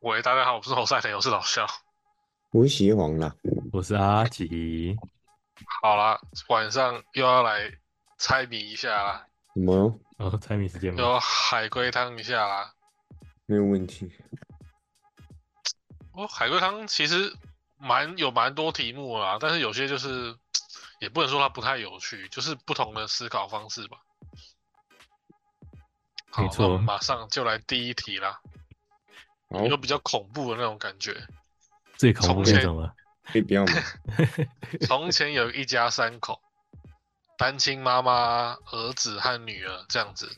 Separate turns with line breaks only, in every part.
喂，大家好，我是侯赛雷，我是老肖。
我喜欢啦，
我是阿吉，
好啦，晚上又要来猜谜一下啦，
什么
哦，猜谜时间
又
吗？
要海龟汤一下啦。
没有问题？
哦，海龟汤其实蛮有蛮多题目啦，但是有些就是也不能说它不太有趣，就是不同的思考方式吧。好，
没
那
错哦
我们马上就来第一题啦，
好，
有比较恐怖的那种感觉。
最恐
从
怖那
前
种啊吗？
可以 不要嘛？
从前有一家三口，单亲妈妈、儿子和女儿这样子。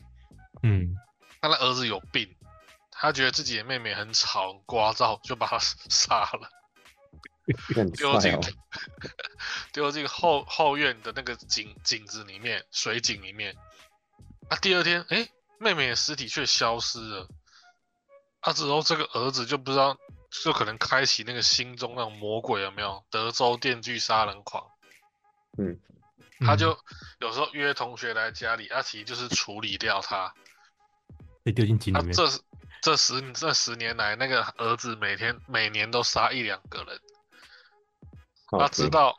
嗯，
那他儿子有病，他觉得自己的妹妹很吵、很聒噪，就把她 杀了，
很
丢
帅
进
哦，
丢进后后院的那个井井子里面，水井里面。那、第二天，哎、妹妹的尸体却消失了。啊，之后这个儿子就不知道，就可能开启那个心中那种魔鬼有没有？德州电锯杀人狂，
嗯，
他就有时候约同学来家里，啊，其实就是处理掉他。
被丢进井
他
里面，
这十这十这十年来，那个儿子每天每年都杀一两个人，
好
他直到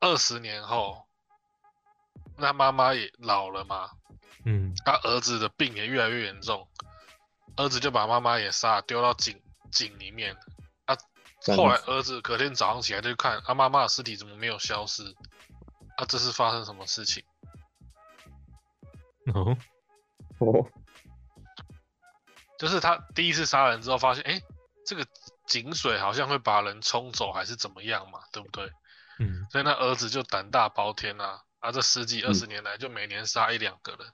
二十年后，那妈妈也老了嘛，
嗯，
他儿子的病也越来越严重，儿子就把妈妈也杀了，丢到井井里面。啊，
这样
后来
子
儿子隔天早上起来就看，啊妈妈的尸体怎么没有消失？啊，这是发生什么事情？
哦，
哦，
就是他第一次杀人之后发现，哎、这个井水好像会把人冲走，还是怎么样嘛，对不对？
嗯，
所以那儿子就胆大包天啊，啊，这十几二十年来就每年杀一两个人，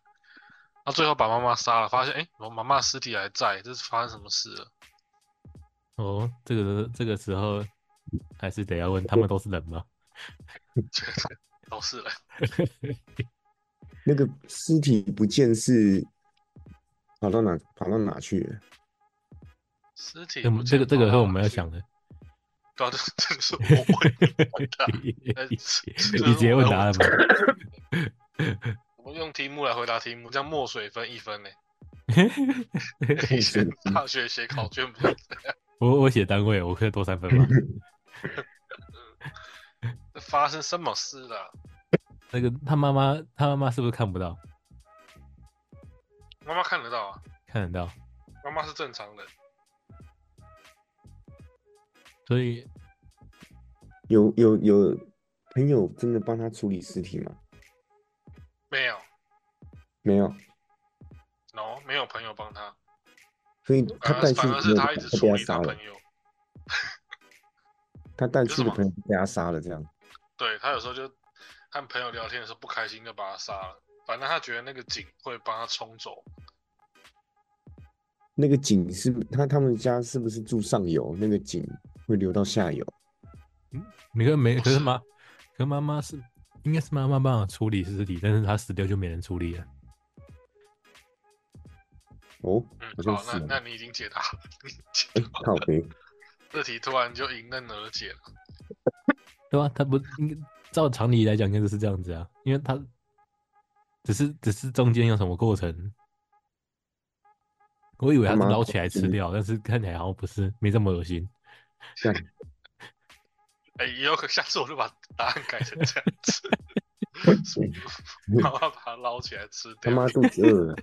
啊，最后把妈妈杀了，发现哎、诶我妈妈尸体还在，这是发生什么事了？
哦，这个这个时候还是得要问，他们都是人吗？
都是人，
那个尸体不见是跑到哪跑到哪去了？
尸体
这
不
么
见
这
了。
个嗯这个是我们要想的，
对啊，这这个是我问你问的啊，呃
你
这
直接问答案吧。
我用题目来回答题目，这样墨水分一分 呢、以
墨水
前 大学写考卷不是
我我写单位，我可以多三分 吗？
发生什么事了？
那个他妈妈，他妈妈是不是看不到？
妈妈看得到啊，
看得到，
妈妈是正常人，
所以
有有有朋友真的帮他处理尸体吗？
没有
没有，
，no，没有朋友帮他，
所以他
呃反而
带去
反而
的
是
朋友
他一直
就
处理
被他
他
杀了
朋，友。
他带去
有什
的
么
朋友就被他杀了，这样
对他有时候就和朋友聊天的时候不开心，就把他杀了。反正他觉得那个井会帮他冲走，
那个井是不他他们家是不是住上游？那个井会流到下游？
你可没，
不
可是
是
妈，可是妈妈是应该是妈妈帮我处理尸体，但是她死掉就没人处理了。
哦，
嗯
好，像
好，那
是哦
那你已经解答了，你解
哎，
答了
靠北，
这题突然就迎刃而解了。
对啊，他不应该照常理来讲，应该就是这样子啊，因为他只是只是中间有什么过程，我以为他
干
是
嘛
捞起来吃掉，但是看起来好像不是，没这么恶心。
这样
哎、也有可能下次我就把答案改成这样 子，妈妈把它捞起来吃
嗯他
掉。
妈肚子 饿了，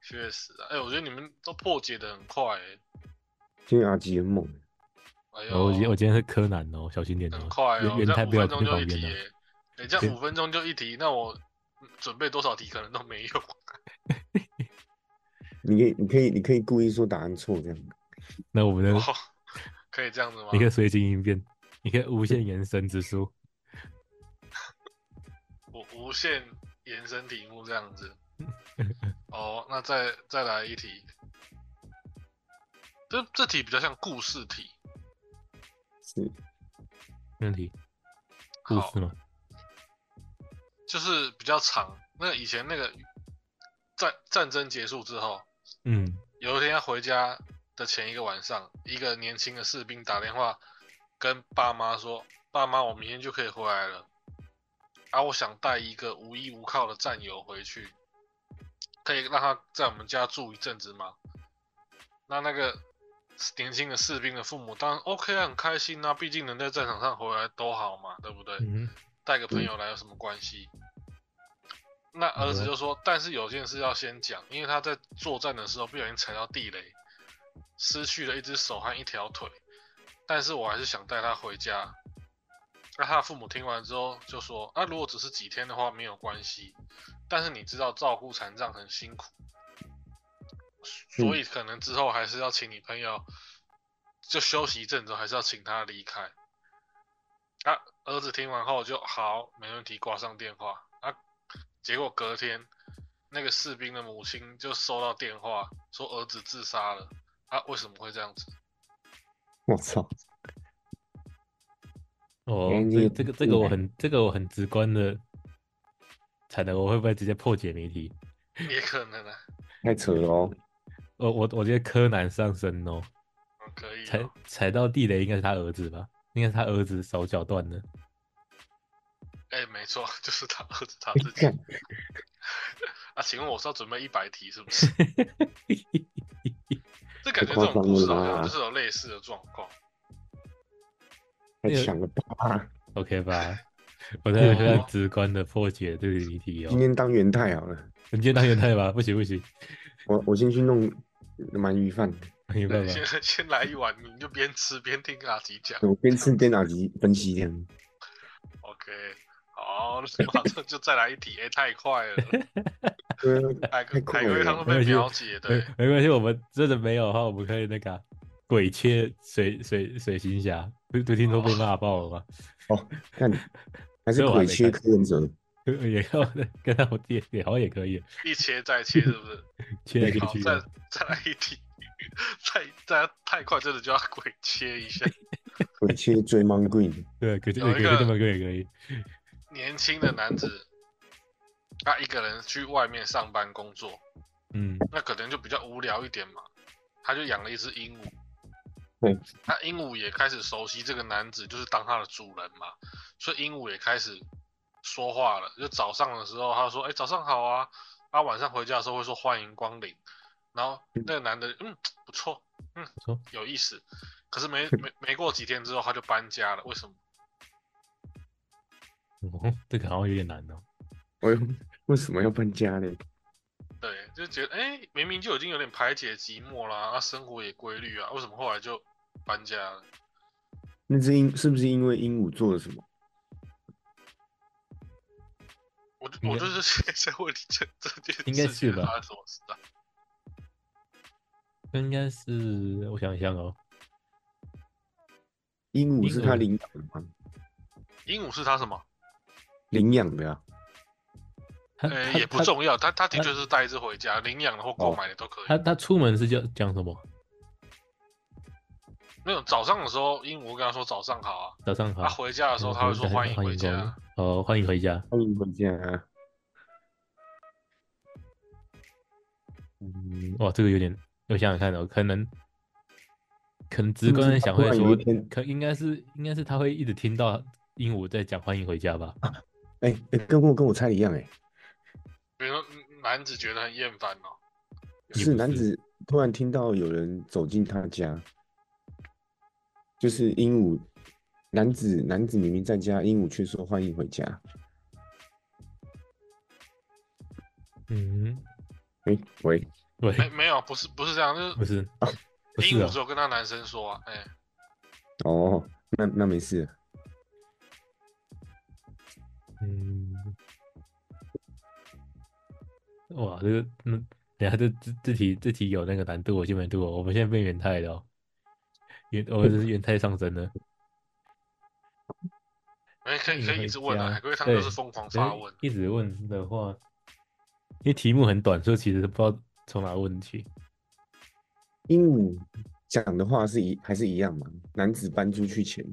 确实啊，哎、我觉得你们都破解的很快、欸，
今天阿吉很猛。
哎
然
呦，
后哦我今我今天是柯南哦，小心点哦
很快，哦，
元元
这
太
样五
不要
分
去
钟就
旁
一
边
题、
了。
欸，你这样五分钟就一题，那我嗯准备多少题可能都没用。
你可以，你可以，你可以故意说答案错这样。
那我们的
哦， 可以这样子吗？
你可以随机应变，你可以无限延伸之术。
我无限延伸题目这样子。哦，那再再来一题，这这题比较像故事题。
是，
没问题，故
好
事，吗？
就是比较长。那以前那个战战争结束之后，
嗯，
有一天要回家的前一个晚上，一个年轻的士兵打电话跟爸妈说：“爸妈，我明天就可以回来了，啊，我想带一个无依无靠的战友回去，可以让他在我们家住一阵子吗？”那那个年轻的士兵的父母当然 OK 啊，很开心啊，毕竟能在战场上回来都好嘛，对不对？
嗯
带个朋友来有什么关系？那儿子就说，但是有件事要先讲，因为他在作战的时候不小心踩到地雷，失去了一只手和一条腿，但是我还是想带他回家。那他的父母听完之后就说，啊，如果只是几天的话没有关系，但是你知道照顾残障很辛苦，
嗯
所以可能之后还是要请你朋友就休息一阵之后，还是要请他离开。啊，儿子听完后就好，没问题，挂上电话。啊，结果隔天，那个士兵的母亲就收到电话，说儿子自杀了。啊，为什么会这样子？
我操，
哦，
原来
这
是
这个这个我很这个我很直观的，惨的我会不会直接破解谜题？
也可能啊，
太扯了哦！
我我我觉得柯南上身哦，
嗯可以、
踩
哦。
踩到地雷应该是他儿子吧？应该是他儿子手脚断了。
哎、没错， 就是他儿子他自己。
看
啊，请问我是要准备一百题是不是？这感觉这
太夸
种故事
张
好
了吧
像就是有类似的状况。
太
那个
强了吧！
OK 吧？我在我在
哦
直观的破解这个谜题
今
哦。
天当元太好了，
你今天当元太吧？不行不行，
我我先去弄鳗鱼饭，
没办
对，
法。
先 先来一碗，你就边吃边听阿吉讲。
我边吃边打击分析这样。
OK，好，那马上就再来一题。哎、太快 了，
对啊，
海
太
龟
快
海龟汤
了
都被
没有
秒解
没
的。
没关系，我们真的没有的话，我们可以那个啊、鬼切水水水行侠，不不听说
哦
被骂爆了吗？
看还是
这我还
鬼
没
切
看
柯文哲，
也要跟他我弟也好像也可以
一切再切，是不 是？
切来切
好，
去
再
的。
再来一题，再再太快，真的就要鬼切一下。
鬼切追 Man Green，
对，可是
有一
可是
个
这么个也可以。
年轻的男子，他一个人去外面上班工作，
嗯，
那可能就比较无聊一点嘛。他就养了一只鹦鹉，
对，
那鹦鹉也开始熟悉这个男子，就是当他的主人嘛，所以鹦鹉也开始说话了。就早上的时候，他说：“哎、早上好啊！”他晚上回家的时候会说：“欢迎光临。”然后那个男的，嗯，不错，嗯
错，
有意思。可是没没没过几天之后，他就搬家了。为什么？
哦，这个好像有点难哦。
我为什么要搬家呢？
对，就觉得哎、明明就已经有点排解寂寞啦，啊，生活也规律啊，为什么后来就搬家了？
那只鹦是不是因为鹦鹉做了什么？
我就
应
我
该
就是 现在问你这这件
应该
事情
是吧
发生什么事啊？
应该是我想一想哦，
鹦鹉是他
鹦鹉
领养的吗？
鹦鹉是他什么？
领养的啊，
他
呃，
他
也不
他哦
重要，他他的确是带一只回家，领养的或购买的都可以。
他他出门是叫讲什么？
没有早上的时候，鹦鹉会跟他说早上好啊，
早上好
他、。回家的时候他会说欢迎回家。。
哦，欢迎回家。
欢迎回家啊。
嗯，哇，这个有点，我想想看哦，可能，可能直观
是
的想
突
会
然有
说
一天，
可应该是应该是他会一直听到鹦鹉在讲欢迎回家吧？
哎、哎跟我跟我猜的一样哎、
比如说嗯男子觉得很厌烦哦，
也
是
不
男
是
子突然听到有人走进他家，就是鹦鹉。男子男子明明在家，鹦鹉却说欢迎回家。
嗯，
哎、喂，
喂，
没没有，不是不是这样，就
不
是
是，哎不
哎鹦
是
鹉
啊
只，有跟他男生说啊，哎、
哦，那那没事了，
嗯，哇，这个，嗯，等一下这这这题这题有那个难度，我基本度哦，我们现在变元太了哦，元我们这是元太上身了，
哎、可以可
欢迎
以
回
一直问啊，
家
海龟汤就是
对
疯狂
所以
发问，
一直问的话，因为题目很短，所以其实不知道从哪问起。
鹦鹉讲的话是一还是一样嘛？男子搬出去前，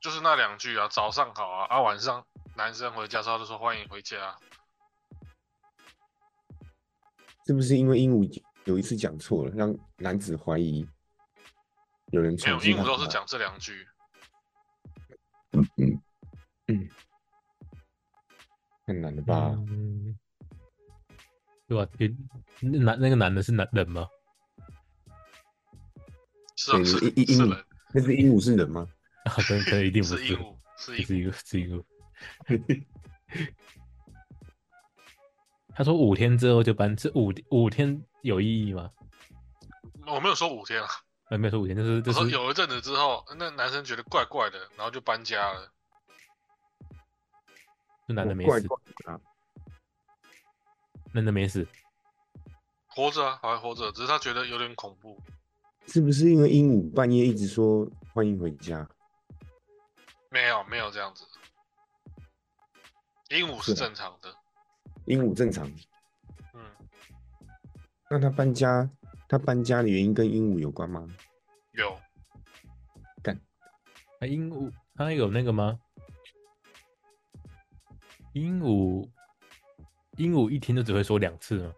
就是那两句啊，早上好啊，啊晚上男生回家之后就说欢迎回家啊，
是不是因为鹦鹉有一次讲错了，让男子怀疑有人
没
闯
有
进
鹦
他
鹉
家？
都是讲这两句，
嗯嗯，太难了吧？
嗯，对吧、啊？那男那个男的是男人吗？
是啊
对
是
你一一
是
一
人，
那只鹦鹉是人吗？
啊，真的一定不
是
是
鹦，鹉，是
不
鹦鹉。
是鹦鹉，是 鹦鹉。他说五天之后就搬，这五五天有意义吗？
我没有说五天啊，
啊，没有说五天，就是
我
就
说
是
哦有一阵子之后，那男生觉得怪怪的，然后就搬家了。
就男的没
怪
死，
怪的啊，
男的没死，
活着啊，还活着，只是他觉得有点恐怖。
是不是因为鹦鹉半夜一直说欢迎回家？
没有，没有这样子。鹦鹉是
是啊
正常的，
鹦鹉正常，
嗯，
那它搬家，它搬家的原因跟鹦鹉有关吗？
有
啊，鹦鹉它有那个吗？鹦鹉，鹦鹉一天就只会说两次吗？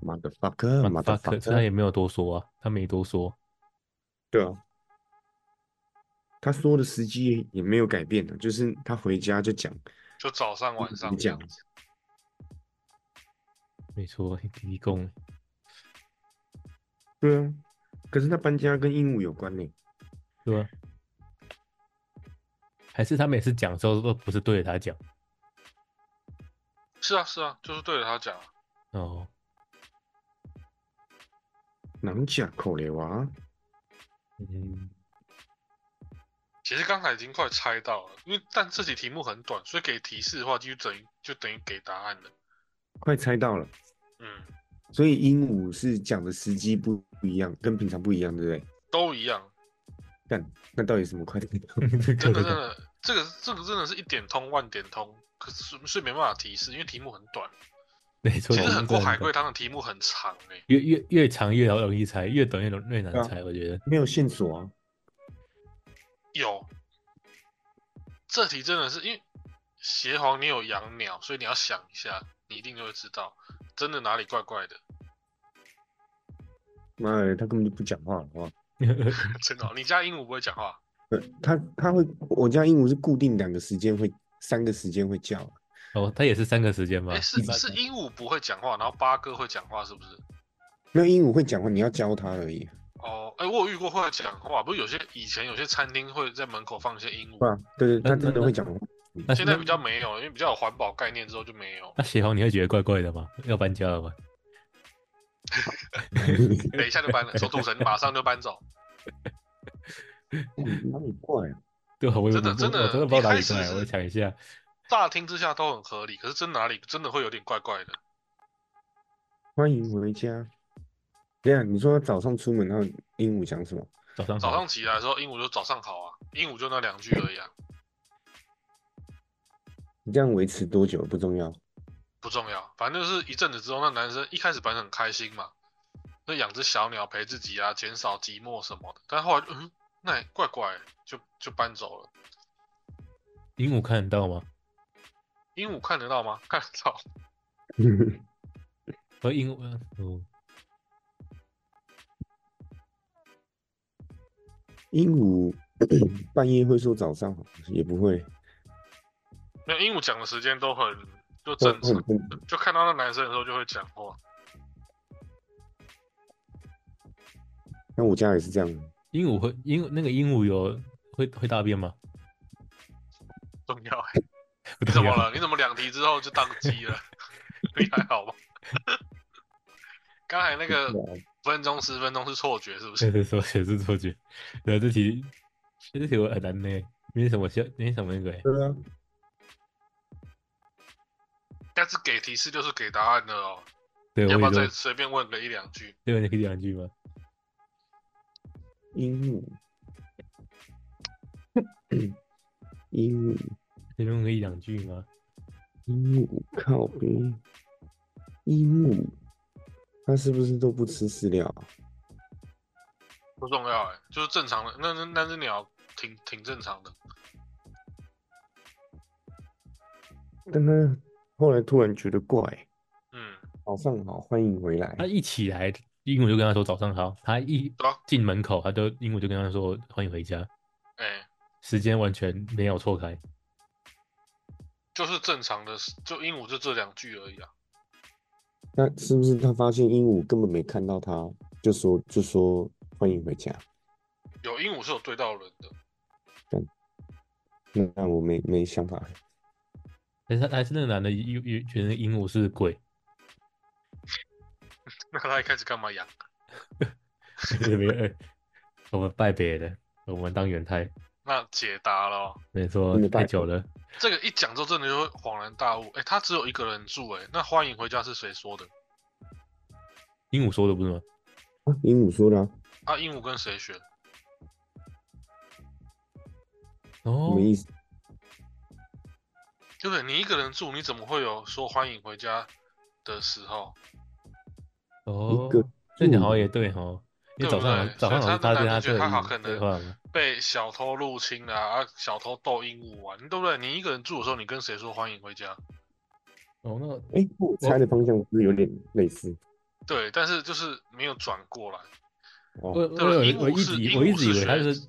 妈的 fucker，妈的
fuck，它啊
fucker，
也没有多说啊，它没多说，
对啊，他说的时机也没有改变的，就是他回家就讲，
就早上晚上
你
这样
讲
子。
没错，一共
对啊，可是他搬家跟鹦鹉有关呢，
对吧？还是他每次讲的时候都不是对着他讲
是啊，是啊，就是对着他讲啊。
哦，
狼假口啊雷娃，
嗯，
其实刚才已经快猜到了，因为但这题题目很短，所以给提示的话就等于就等于给答案了。
快猜到了，
嗯，
所以鹦鹉是讲的时机不不一样，跟平常不一样，对不对？
都一样，
但那到底什么快猜到？
这
真的真
个
的，这个这个真的是一点通万点通，可是是没办法提示，因为题目很短。
没错，
其实
我
很
们
多
真的
海龟
懂
汤的题目很长欸诶、
越越越长越容易猜，越短越容越
对
难
啊
猜，我觉得
没有线索啊，
有，这题真的是因为邪皇你有养鸟，所以你要想一下，你一定就会知道，真的哪里怪怪的。
妈的，他根本就不讲话了，好不好？
真的哦、你家鹦鹉不会讲话，
呃他他会，我家鹦鹉是固定两个时间会，三个时间会叫啊，
哦，它也是三个时间吧
哎，？是
一般
是鹦鹉不会讲话，然后八哥会讲话，是不是？
没有鹦鹉会讲话，你要教它而已。
哦，哎，我有遇过会讲话，不是有些以前有些餐厅会在门口放一些鹦
对
鹉，
啊，对对，
那
它真的
那
会讲话。
那
现在比较没有，因为比较有环保概念之后就没 有。
那协同你会觉得怪怪的吗？要搬家了吗？
等一下就搬了，守土神马上就搬走，
嗯哪里怪啊？
对啊，我也
真的
我
真的
我真的不知道
一开
哪里
始
怪，
是
我想一下，
乍听之下都很合理，可是真哪里真的会有点怪怪的。
欢迎回家。对啊，你说早上出门，然后鹦鹉讲什么？
早上
早上起来的时候，鹦鹉就早上好啊，鹦鹉就那两句而已啊，
你这样维持多久不重要，
不重要。反正就是一阵子之后，那男生一开始本来很开心嘛，那养只小鸟陪自己啊，减少寂寞什么的。但后来就嗯，那也怪怪的，就就搬走了。
鹦鹉看得到吗？
鹦鹉看得到吗？看得到，
和鹦鹉呃哦，
鹦鹉 半夜会说早上好，也不会，
没有鹦鹉讲的时间都很就
会
正
会
常
很，正常。
就看到那男生的时候就会讲话。
那我家也是这样，
鹦鹉会鹦鹉那个鹦鹉有会会大便吗？
重要、欸，你怎么了？你怎么两题之后就当机了？ 你还好吧？ 刚才那个
对
五
啊
分钟、十分钟是错觉，是不是
这？是错觉，是错觉。然后这题这题我很难呢，没什么效，没什么那个欸。
对啊，
但是给提示就是给答案的哦，
对，我
要
也
不要
说
再，随便问个一两句？
对吧？你可以两句吗？
鹦鹉， 鹦鹉，
随便可以两句吗？
鹦鹉靠背，鹦鹉，它是不是都不吃饲料啊？
不重要哎、就是正常的。那那那只鸟挺挺正常的，
但他后来突然觉得怪，
嗯，
早上好，欢迎回来。
他一起来，鹦鹉就跟他说早上好。他一
对啊
进门口，他就鹦鹉就跟他说欢迎回家，
哎、
时间完全没有错开。
就是正常的，就鹦鹉就这两句而已啊。
那是不是他发现鹦鹉根本没看到他，就说就说欢迎回家？
有鹦鹉是有对到人的，
那那我没没想法。
还是还是那个男的又又觉得鹦鹉是鬼，
那他一开始干嘛养？
没有没有，哎我们拜别了，我们当元太，
那解答了哦、
没错
真，的
太
拜
久了，
这个一讲之后，真的就会恍然大悟。哎、他只有一个人住、哎，那欢迎回家是谁说的？
鹦鹉说的不是吗？
啊，鹦鹉说的、啊，
啊，鹦鹉跟谁学？
什
哦
么，意思？
对不对？你一个人住，你怎么会有说欢迎回家的时候？
哦
一个，
这
住
讲好像
的
也对哦，因为
对
早
不
上好
对
像早上好
所以他
像他
那
跟
男
他
的觉
对
得他好可
对
能
话嘛，
被小偷入侵了啊！啊小偷斗鹦鹉啊，你对不对？你一个人住的时候，你跟谁说欢迎回家？
哦，那
哎、我猜的方向是不是有点类似？
对，但是就是没有转过来。
哦，
对
我
不
我
对？
有
鹦
我一
鹉
直
是
以
鹦
我一
鹉
直以为
学
他是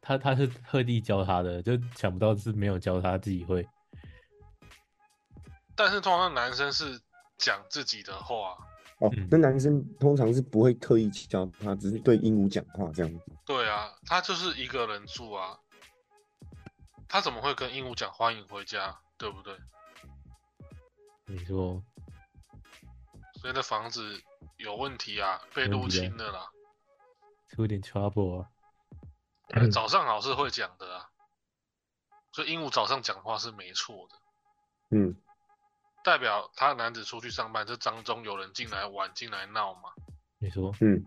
他他是特地教他的，就想不到是没有教他自己会。
但是通常男生是讲自己的话，
哦
嗯，
那男生通常是不会刻意去教他，只是对鹦鹉讲话这样子。
对啊，他就是一个人住啊，他怎么会跟鹦鹉讲欢迎回家，对不对？
你说
所以那房子有问题啊，被
有
入
问题啊
侵了啦。
出点 trouble 啊？
呃早上好是会讲的啊，所以鹦鹉早上讲话是没错的，
嗯，
代表他男子出去上班，这当中有人进来玩、进来闹嘛。
你说
嗯，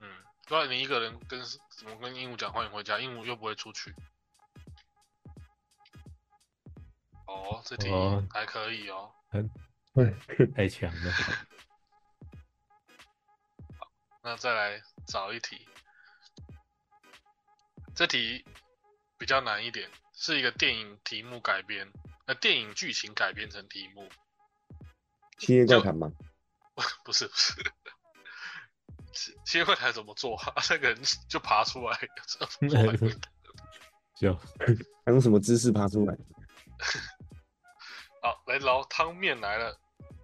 嗯，不然你一个人跟怎么跟鹦鹉讲欢迎回家，鹦鹉又不会出去。哦，这题
哦
还可以哦。
太强了，
那再来找一题，这题比较难一点，是一个电影题目改编，呃，电影剧情改编成题目，
七夜怪谈嘛，
不是不是。 切切换台怎么做 啊？那个人就爬出来，这怎么做
就
还用什么姿势爬出来？
好，啊来捞汤面来了。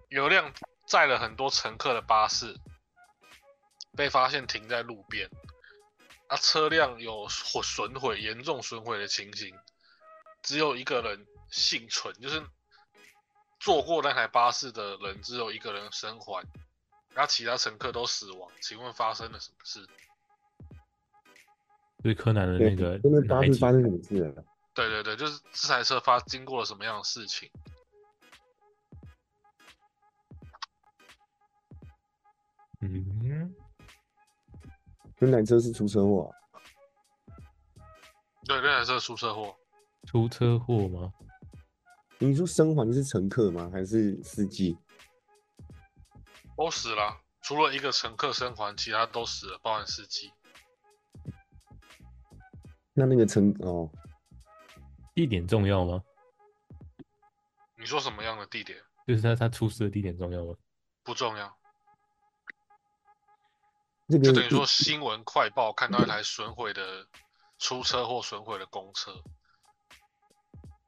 有辆载了很多乘客的巴士被发现停在路边，啊，车辆有损损毁、严重损毁的情形，只有一个人幸存，就是坐过那台巴士的人只有一个人生还，然后其他乘客都死亡。请问发生了什么事？
就是柯南的
对，
那个啊
真的
哪
巴
一
士
集
发？生什么事了？
对对对，就是这台车发经过了什么样的事情？
嗯，
那台车是出车祸啊、
对，那台车出车祸，
出车祸吗？
你说生还是乘客吗？还是司机？
都死了啊，除了一个乘客生还，其他都死了，包含司机。
那那个乘哦，
地点重要吗？
你说什么样的地点
就是他他出事的地点重要吗？
不重要，
这个
就等于说新闻快报看到一台损毁的出车祸损毁的公车，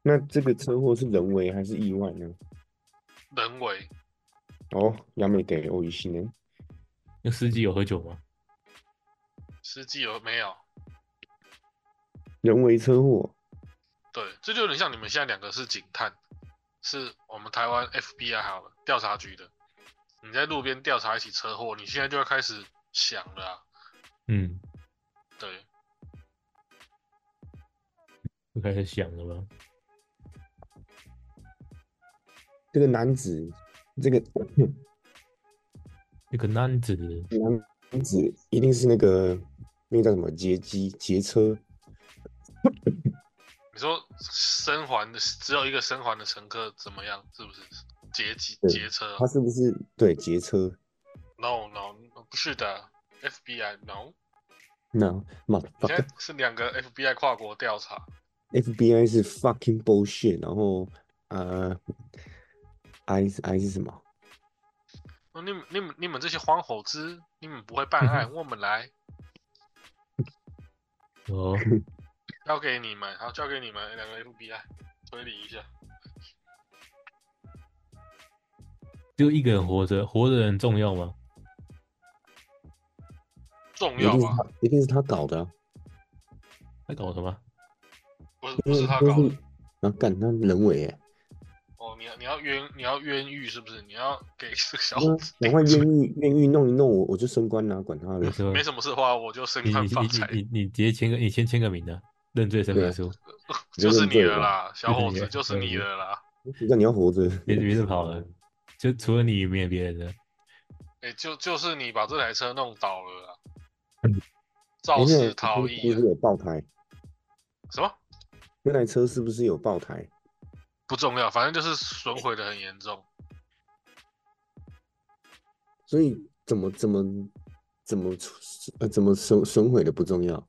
那这个车祸是人为还是意外呢？
人为
哦，亚美给欧一西呢？
那司机有喝酒吗？
司机有没有？
人为车祸，
对，这就有点像你们现在两个是警探，是我们台湾 FBI 好了调查局的，你在路边调查一起车祸，你现在就要开始想了、啊，
嗯，
对，
就开始想了吗？
这个男子，这个
那个男子
男子一定是那个那个叫什么劫机劫车，
你说生还的只有一个生还的乘客怎么样？是不是劫机
对
劫车啊
他是不是对劫车
？No No，不是的，FBI No。
？No，妈的
现在是两个 FBI 跨国调查，
，fuck，FBI 是 fucking bullshit，然后呃，I 是 I 是什么？
哦你们、你们、你们这些黄猴子，你们不会办案，我们来
哦，
交给你们，好，交给你们两个 FBI 推理一下。
只有一个人活着，活着很重要吗？
重
一
要
定是
吧？
他，一定是他搞的、啊，
他搞什么？
不是不
因为
是他
都
搞的
是啊，干他人为耶，
哦，你要你要冤你要冤狱是不是？你要给这个小
那
伙子
赶快
定罪
冤狱冤狱弄一弄，我我就升官啦、管他 的
你，说
没什么欸事的话，我就升
嗯你
官
你
发
你
财
你。你你直接签个，你先签个名的认罪声
对
明
啊
书，
就
就
是
认
你
罪
了
吧
啦，小
就是
伙
你
子，
了
就是
对
你
对
了啦。
让你要活 着，
别别再跑 了，就除了你没有别人了。
哎、就就是你把这台车弄倒了啦
嗯，
肇
诶
事逃
那
逸
是
啊
不是有爆胎？
什么
那台车是不是有爆胎？
不重要，反正就是损毁的很严重。
所以怎么怎么怎么出呃怎么损损毁的不重要，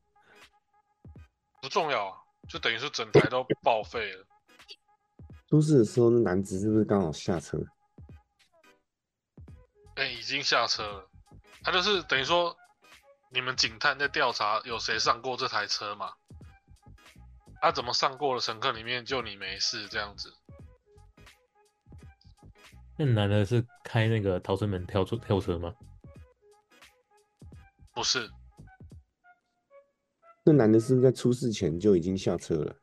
不重要啊，就等于是整台都报废了。
出事的时候那男子是不是刚好下车？
哎、已经下车了，他就是等于说，你们警探在调查有谁上过这台车嘛？他、怎么上过的乘客里面就你没事这样子？
那男的是开那个逃生门跳出跳车吗？
不是，
那男的是不是在出事前就已经下车了？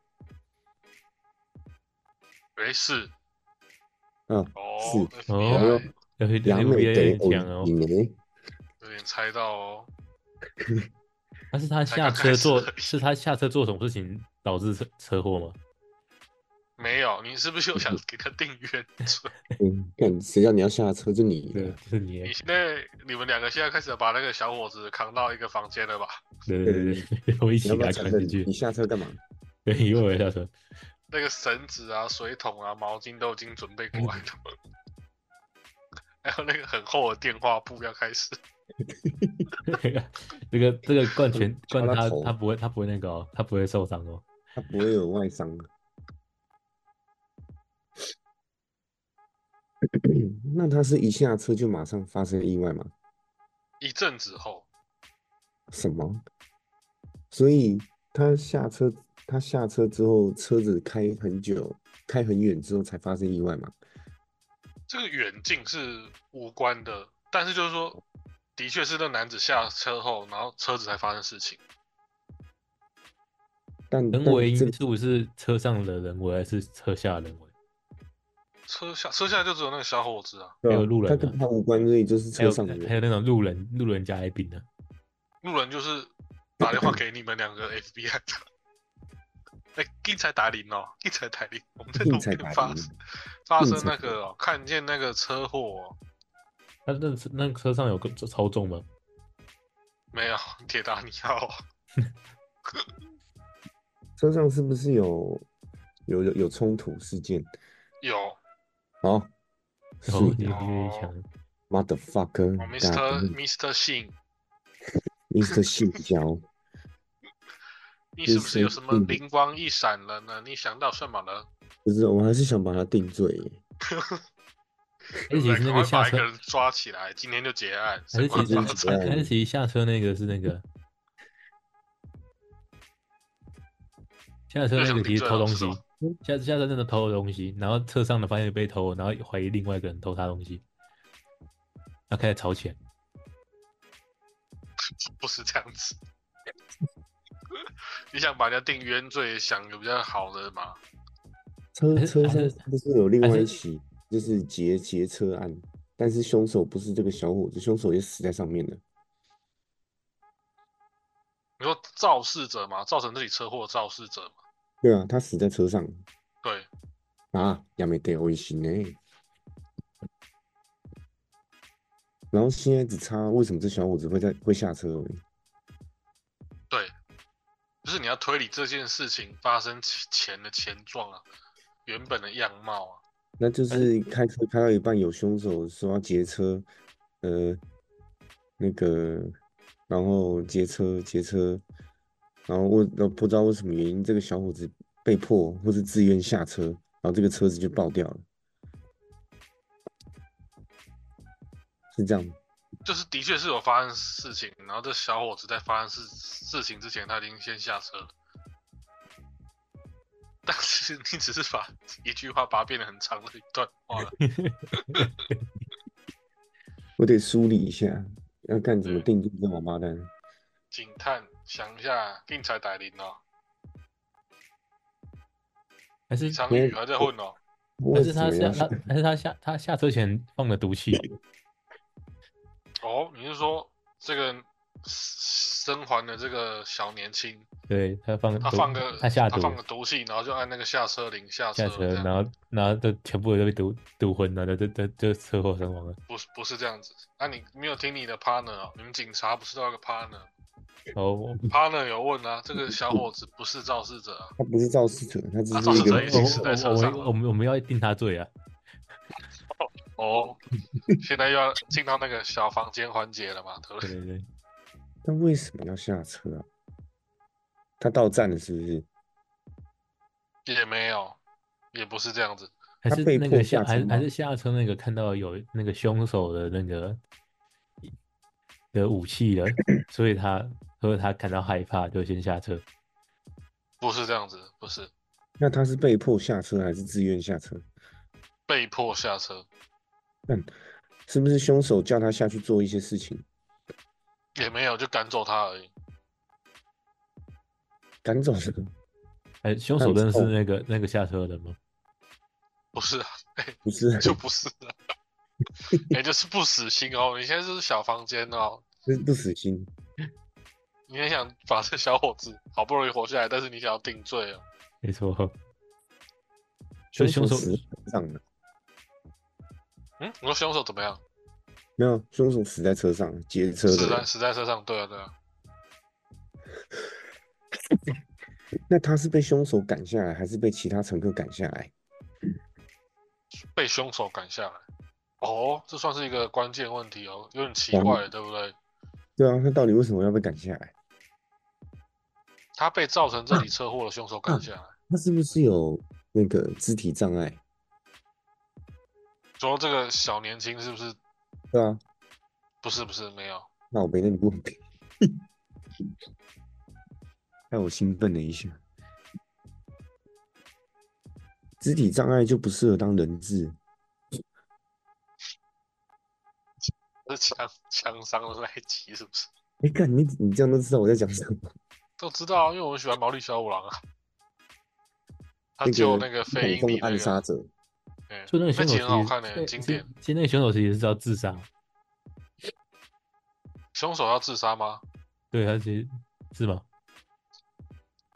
哎、是，
啊，
哦
是
哦
FBI
要去
杨美得
NBA 很强哦
你，呢？
有点猜到哦，
但啊是他
才
下
刚开
车
始
做
而已
是他下车做什么事情导致车车祸吗？
没有，你是不是又想给他定 冤罪？
嗯，看谁叫你要下车就你
对，
了，
就是你
你，现在你们两个现在开始把那个小伙子扛到一个房间了吧？
对对对对对，我一
你
起
要不
把
要
他
承
赶
认
进？去
你，下车干嘛？
对，因为我要下车，
那个绳子啊、水桶啊、毛巾都已经准备过来了，还有那个很厚的电话簿要开始。
啊这个这个灌拳
敲
灌
他
他
头
他不会他不会那个哦，他不会受伤哦，
他不会有外伤的。 那他是一下车就马上发生意外吗？
一阵子后，
什么？所以他下车，他下车之后，车子开很久，开很远之后才发生意外嘛？
这个远近是无关的，但是就是说，的确是那男子下车后，然后车子才发生事情。
但
人
但
为
这
因素是车上的人为还是车下的人为？
车下车下就只有那个小伙子啊，
对
还有
啊
路
他
人
跟
啊
他无关，所以就是
还有
车上的人。
还有那种路人路人甲 A 丙的，
路人就是打电话给你们两个 FBI 的。哎，硬才打铃哦，硬才打铃，我们在
硬
路
才
边
打
发
铃
发
硬
生
才
那
打
个哦，看见那个车祸哦、
那那车那车上有个超重吗？
没有，铁达尼号
车上是不是有有有有冲突事件？
有
哦，
哦，
是
你
的
比你强，
，motherfucker，
哦
干
，Mr. Mr. Shin，
Mr. 性交，
你是不是有
Mr.
什么
Shin
灵光一闪了呢？你想到什么了？
不是，我还是想把他定罪耶。
对
而
不对
且是
赶
那个
快
下
把一
车
个，人抓起来，今天就结案。
还
谁
是
管
其
他
管
实
他
还是其实下车那个是那个下车那个其实偷东西
又想顶罪了是吧，
下下车真的偷了东西，然后车上的发现被偷，然后怀疑另外一个人偷他东西，然后开始吵起来。
不是这样子。你想把人家定冤罪，想有比较好的嘛？
车
还是
车
还
上
是
是不是有另
还
外一
是
起就是劫劫车案？但是凶手不是这个小伙子，凶手也死在上面了。
你说肇事者嘛，造成自己车祸的肇事者嘛？
对啊，他死在车上
对，
啊，也没得危险呢。然后现在只差为什么这小伙子会在会下车而已。
就是你要推理这件事情发生其前的前状啊，原本的样貌啊。
那就
哎
是开车开到一半，有凶手说要劫车，呃，那个，然后劫车劫车，然后我呃不知道为什么原因，这个小伙子被迫或是自愿下车，然后这个车子就爆掉了，是这样吗？
就是的确是有发生事情，然后这小伙子在发生事事情之前，他已经先下车了。但是你只是把一句话把它变得很长的一段话了，
我得梳理一下，要干怎么
对
定住这王八蛋。
警探想一下，警察打铃哦，
还是
一场雨还在混哦，
我
还
怎
是他
么
下
样？
他还是他下他下车前放的毒气，
哦，你是说这个生还的这个小年轻，
对他放
他
毒
放个
他下
他
毒
放个毒气，然后就按那个下车铃下
下
车，
车，
这样
然后然后都全部都被毒毒昏了，都都都就车祸身亡了。
不是不是这样子。那、你没有听你的 partner 哦，你们警察不是都有个 partner？partner
哦，我
有问啊，这个小伙子不是肇事者啊，
他不是肇事者，他只
他肇
是
事
一
者
个哦
已经死在车上
我我我
了
我们我们要定他罪啊！
哦， 现在又要进到那个小房间环节了嘛，对不
对
对？
对对，
他为什么要下车啊？他到站了是不是？
也没有，也不是这样子，
还
他
是
被
那
迫
个下
下
还
车
还
吗
是下车那个看到有那个凶手的那个的武器了，所以他所以他感到害怕，就先下车。
不是这样子，不是
那他是被迫下车还是自愿下车？
被迫下车，
是不是凶手叫他下去做一些事情，
也没有就赶走他而已。
赶走这个？
哎，凶
那
手
你
真的是
后
那个那个下车的人吗？
不是啊，
不是，
就不是啊， 也、就是不死心哦。你现在就是小房间哦，
这是不死心。
你也想把这小伙子好不容易活下来，但是你想要定罪哦。
没错，所以凶手
死在车上了，
嗯，你说凶手怎么样？
没有，凶手死在车上了，劫车
死
的
在
人。
死在车上，对啊对啊，
那他是被凶手赶下来，还是被其他乘客赶下来？
被凶手赶下来。哦，这算是一个关键问题哦，有点奇怪，对不对？
对啊，他到底为什么要被赶下来？
他被造成这起车祸的凶手赶下来。
他是不是有那个肢体障碍？
主要这个小年轻是不是？
对啊，
不是不是没有，
那我没那么过 敏，害我兴奋了一下。肢体障碍就不适合当人质，
是枪枪伤的那一集是不是？
哎、干你你这样都知道我在讲什么？
都知道啊，因为我很喜欢毛利小五郎啊。他
那
救
个
那个非
恐
英
风
里那
暗
个
杀，者，
嗯
所以那个
那
凶手
集
其
很好
实
看的，
对
经
其实
典。
其实那个凶手其实是要自杀，
凶手要自杀吗？
对，他其实是吗？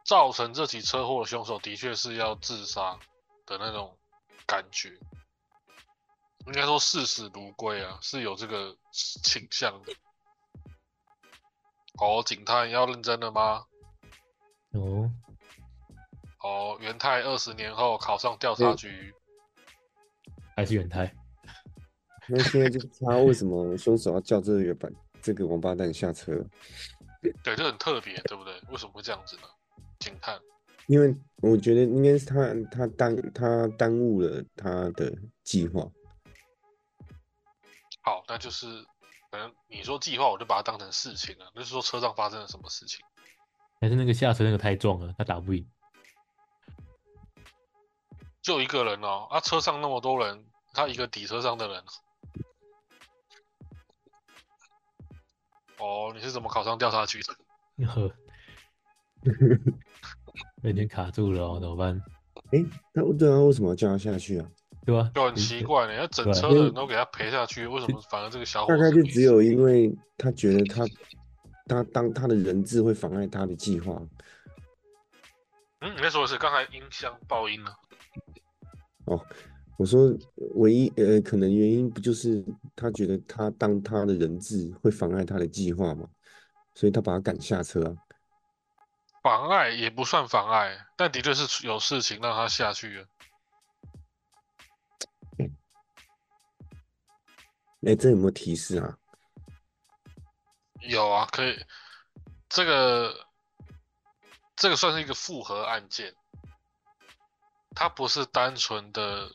造成这起车祸的凶手的确是要自杀的那种感觉，应该说视死如归啊，是有这个倾向的。哦，警探要认真了吗？
哦，
哦，元泰二十年后考上调查局，
还是远胎？
那现在就是他为什么凶手要叫这个板这个王八蛋下车？
对，这很特别，对不对？为什么会这样子呢？警探，
因为我觉得应该是他他耽他耽误了他的计划，
好，那就是可能你说计划，我就把它当成事情了，就是说车上发生了什么事情。
还是那个下车那个太壮了，他打不赢。
就一个人哦，啊，车上那么多人，他一个抵车上的人。哦，你是怎么考上调查局的？
呵，有点卡住了哦，怎么办？
那对啊，为什么要叫他下去啊？
对吧？
就很奇怪呢，要整车的人都给他赔下去，为什么反而这个小伙
大
子
概就
没
只有因为他觉得他他当他的人质会妨碍他的计划
嗯，你在说的是刚才音箱爆音了，
哦。我说唯一呃可能原因不就是他觉得他当他的人质会妨碍他的计划嘛，所以他把他赶下车啊。
妨碍也不算妨碍，但的确是有事情让他下去了。
哎，这有没有提示啊？
有啊，可以，这个这个算是一个复合案件，它不是单纯的，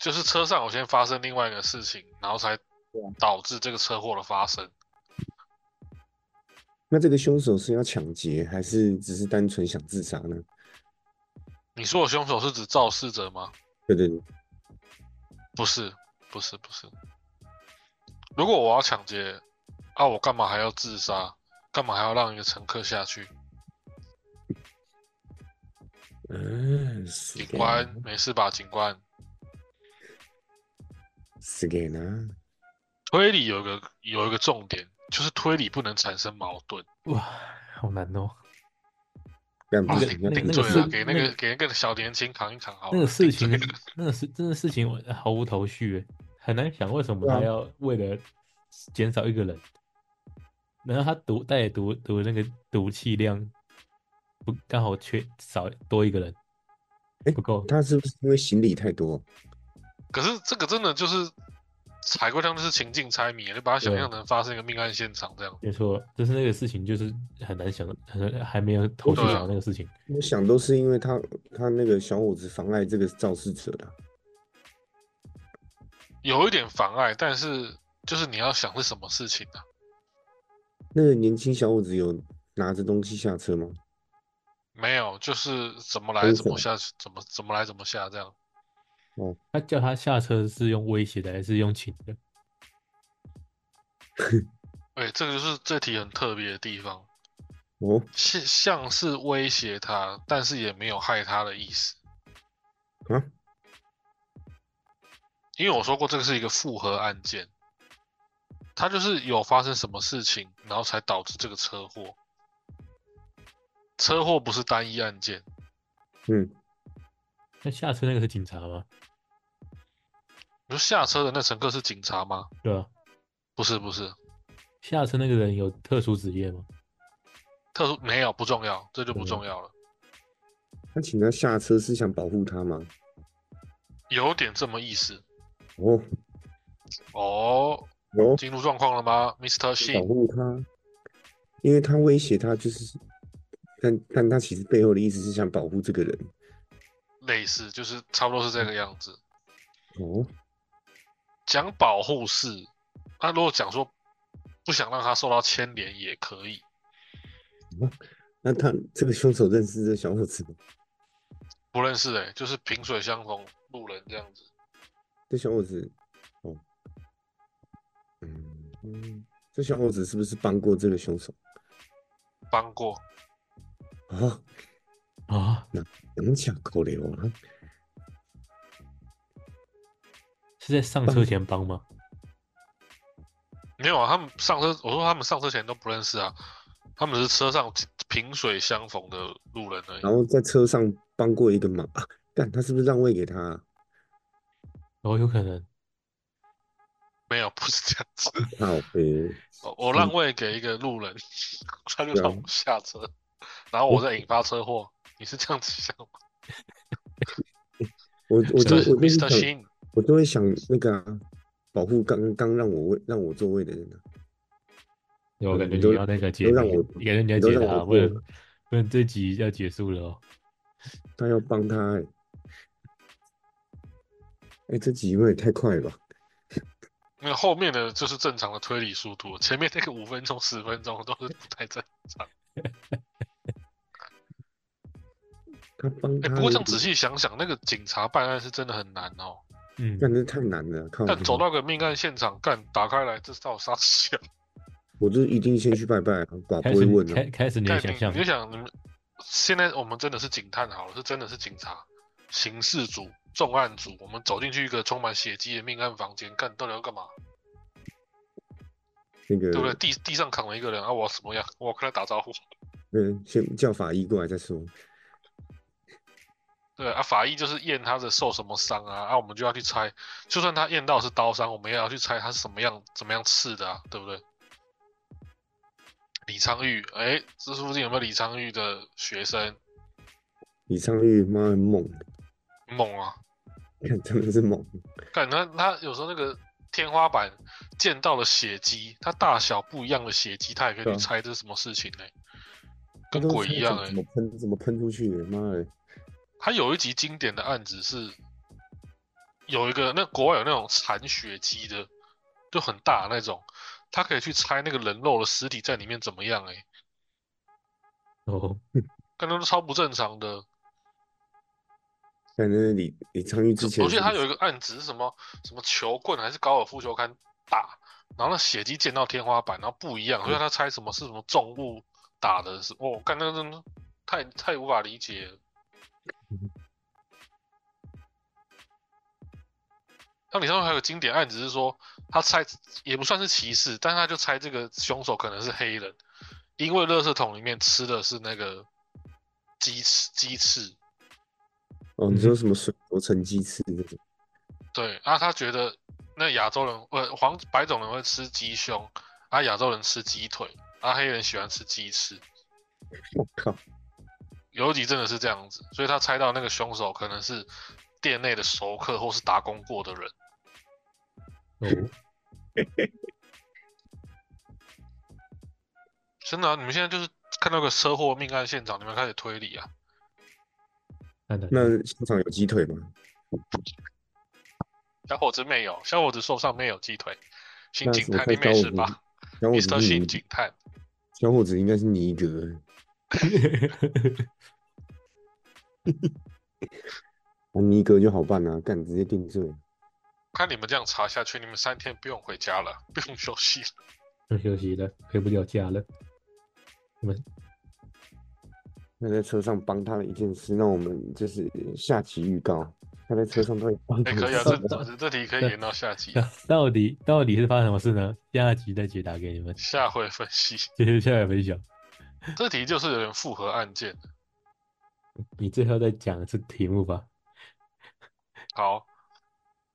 就是车上有先发生另外一个事情，然后才导致这个车祸的发生。
那这个凶手是要抢劫，还是只是单纯想自杀呢？
你说的凶手是指肇事者吗？
对对对，
不是，不是，不是，如果我要抢劫，啊，我干嘛还要自杀？干嘛还要让一个乘客下去？
嗯，死
警
给
官
他，
没事吧？警官，
死给啊他，
推理有一个有一个重点，就是推理不能产生矛盾。
哇，好难哦。
干
啊
不
那个
行，
顶
那
哦那个
顶
不
罪
行
了，
是
给那
那
个
个
给那个小年轻扛一扛好了。
那个事
顶
情
罪，
那个事，真的事情我毫无头绪欸，很难想为什么
对啊
他要为了减少一个人，然后他毒带的毒毒那个毒气量不刚好缺少多一个人，
诶
不够，
他是不是因为行李太多？
可是这个真的就是海龟汤，就是情境猜谜，你把它想
对
象成发生一个命案现场这样。
没错，就是那个事情就是很难想，很还没有头绪
对啊
想到那个事情，
我想都是因为他他那个小伙子妨碍这个肇事者的，啊
有一点妨碍，但是就是你要想是什么事情啊？
那个年轻小伙子有拿着东西下车吗？
没有，就是怎么来
分
怎么
手
下，怎么怎么来怎么下这样。
他叫他下车是用威胁的还是用请的？
哎，这个就是这题很特别的地方，
哦，
是像是威胁他，但是也没有害他的意思。
啊，
因为我说过这个是一个复合案件，他就是有发生什么事情，然后才导致这个车祸。车祸不是单一案件，
嗯，
那下车那个是警察吗？
你说下车的那乘客是警察吗？
对吧？
不是，不是，
下车那个人有特殊职业吗？
特殊没有不重要，这就不
嗯
重要了。
他请他下车是想保护他吗？
有点这么意思
哦，
哦。
哦，
进入状况了吗，Mr.
保
Xin？
护他，因为他威胁他就是，但但他其实背后的意思是想保护这个人。
类似就是差不多是这个样子。
哦，
讲保护是，那如果讲说不想让他受到牵连也可以，
那他这个凶手认识这个小伙子吗？
不认识哎、就是萍水相逢路人这样子。
这小伙子，哦，嗯嗯，这小伙子是不是帮过这个凶手
帮过，
啊？
啊，
两下扣留啊？
是在上车
帮
前帮吗？
没有啊？他们上车，我说他们上车前都不认识啊，他们只是车上萍水相逢的路人而已。
然后在车上帮过一个忙 啊？干，他是不是让位给他啊、
哦，有可能。
嗯
没有，不是这样子。
靠北
我我
嗯
让位给一个路人，他就
啊
让我下车，然后我再引发车祸。你是这样子想吗？
我我
是不
就我
是
就会
，Mr.
想，
Xin？
我就会想那个、啊、保护刚刚让我位让我座位的人、啊，
对，我
嗯
感觉
你
你
都
要那个解
都让
谜
我
你感觉你要
你都
解
让
答，
我
不然
过了
不然这集要结束了哦。
他要帮他哎、欸，哎、这几位也太快了吧？
那后面的就是正常的推理速度，前面那个五分钟、十分钟都是不太正常。
他帮
哎、
他、
不过这样仔，细想想，那个警察办案是真的很难哦。
嗯，
干这太难了，靠
但
北！
走到个命案现场，干打开来，这是到杀小。
我就一定先去拜拜、啊，爸
开
不会
始
问
开
啊，
开始你的
干
想
你
象
你就想你们现在我们真的是警探好了，是真的是警察、刑事组、重案组，我们走进去一个充满血迹的命案房间，干到底要干嘛？
那
对不对？
个，
地地上扛了一个人啊，我要什么样？我要跟他打招呼。
嗯，先叫法医过来再说。
对啊，法医就是验他的受什么伤啊，啊，我们就要去猜，就算他验到是刀伤，我们也要去猜他是什么样怎么样刺的啊，对不对？李昌钰，哎，这附近有没有李昌钰的学生？
李昌钰妈很猛，
猛啊！
看真的是猛，
感觉他有时候那个天花板见到了血迹，它大小不一样的血迹，他也可以
对
去
啊
猜这是什么事情呢、
他
跟
都
鬼
猜
一样
怎
哎、
怎么喷怎么喷出去的，妈的！
他有一集经典的案子是有一个那国外有那种残血鸡的，就很大的那种，他可以去猜那个人肉的尸体在里面怎么样、欸，哎，
哦，
感觉都超不正常的。
看那李李昌钰之前
我记
是
得
不
他
是
有一个案子是什么什么球棍还是高尔夫球杆打，然后那血迹溅到天花板，然后不一样，所
嗯
以他猜什么是什么重物打的是，哦，干那真的太太无法理解了。那你上面还有经典案子是说，他猜也不算是歧视，但是他就猜这个凶手可能是黑人，因为垃圾桶里面吃的是那个鸡翅，鸡翅，
哦，你说什么水头成鸡翅那种？
对，啊，他觉得那亚洲人，呃，黄白种人会吃鸡胸，啊，亚洲人吃鸡腿，啊，黑人喜欢吃鸡翅，
我靠，
尤其真的是这样子，所以他猜到那个凶手可能是店内的熟客或是打工过的人。
哦，
真的啊、你们现在就是看到个车祸命案现场，你们开始推理啊？
那那
那现场有鸡腿吗？
小伙子没有，小伙子受伤没有鸡腿，新
那
警
怎么
探
会
你没
高
事
我
吧
小伙
？Mr.
子是
新
尼，
警探，
小伙子应该是尼格，欸啊尼格就好办啊，干直接定罪。
看你们这样查下去，你们三天不用回家了，不用休息了。
要 休息了，回不了家了。 我们
他在车上帮他的一件事，让我们就是下集预告。他在车上到底帮
哎、
他
可以啊，
什
这
么
这这题可以
对
延到下 集，
那啊到底到底是发生什么事呢？下集再解答给你们，
下回分析。
谢谢下来分享。
这题就是有点复合案件。
你最后再讲一次题目吧。
好，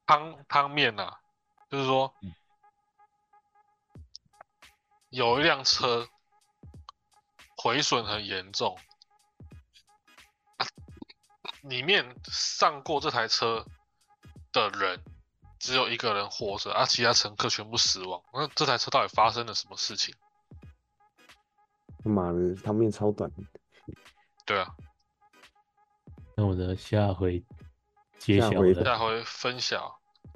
汤汤面呐、啊，就是说有一辆车毁损很严重、啊里面上过这台车的人只有一个人活着，啊，其他乘客全部死亡。那这台车到底发生了什么事情？
他妈的，汤面超短，
对啊，
那我们下回揭
下
晓
回
了，
下回分享。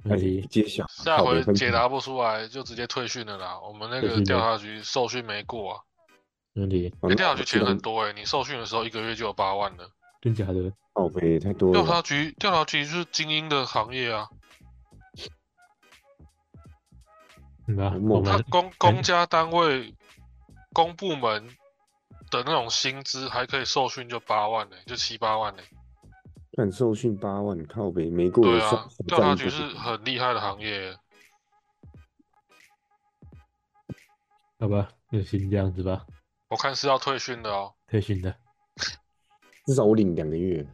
没问题。
揭晓。
下
啊靠北
回
分
解
析
答不出来就直接退训了啦。我们那
退
个
训
调
了
查局受训没过啊，
没问题，
好
欸
哦那
调
我
查局
知
钱
道
很多哎、你受训的时候一个月就有八万了。
真假的？
靠北太多了
调
吧。
查局，调查局是精英的行业啊，
嗯啊，
好
我
猛
他
们
公
哎
公家单位、公部门的那种薪资还可以受训就八万呢、就七八万呢、欸
看受训八万，靠北没过
对
我
啊
上，
调查
上
局
战
是
一个
很厉害的行业、欸
好吧，就先这样子吧，
我看是要退训的哦。
退训的。
至少我领两个月。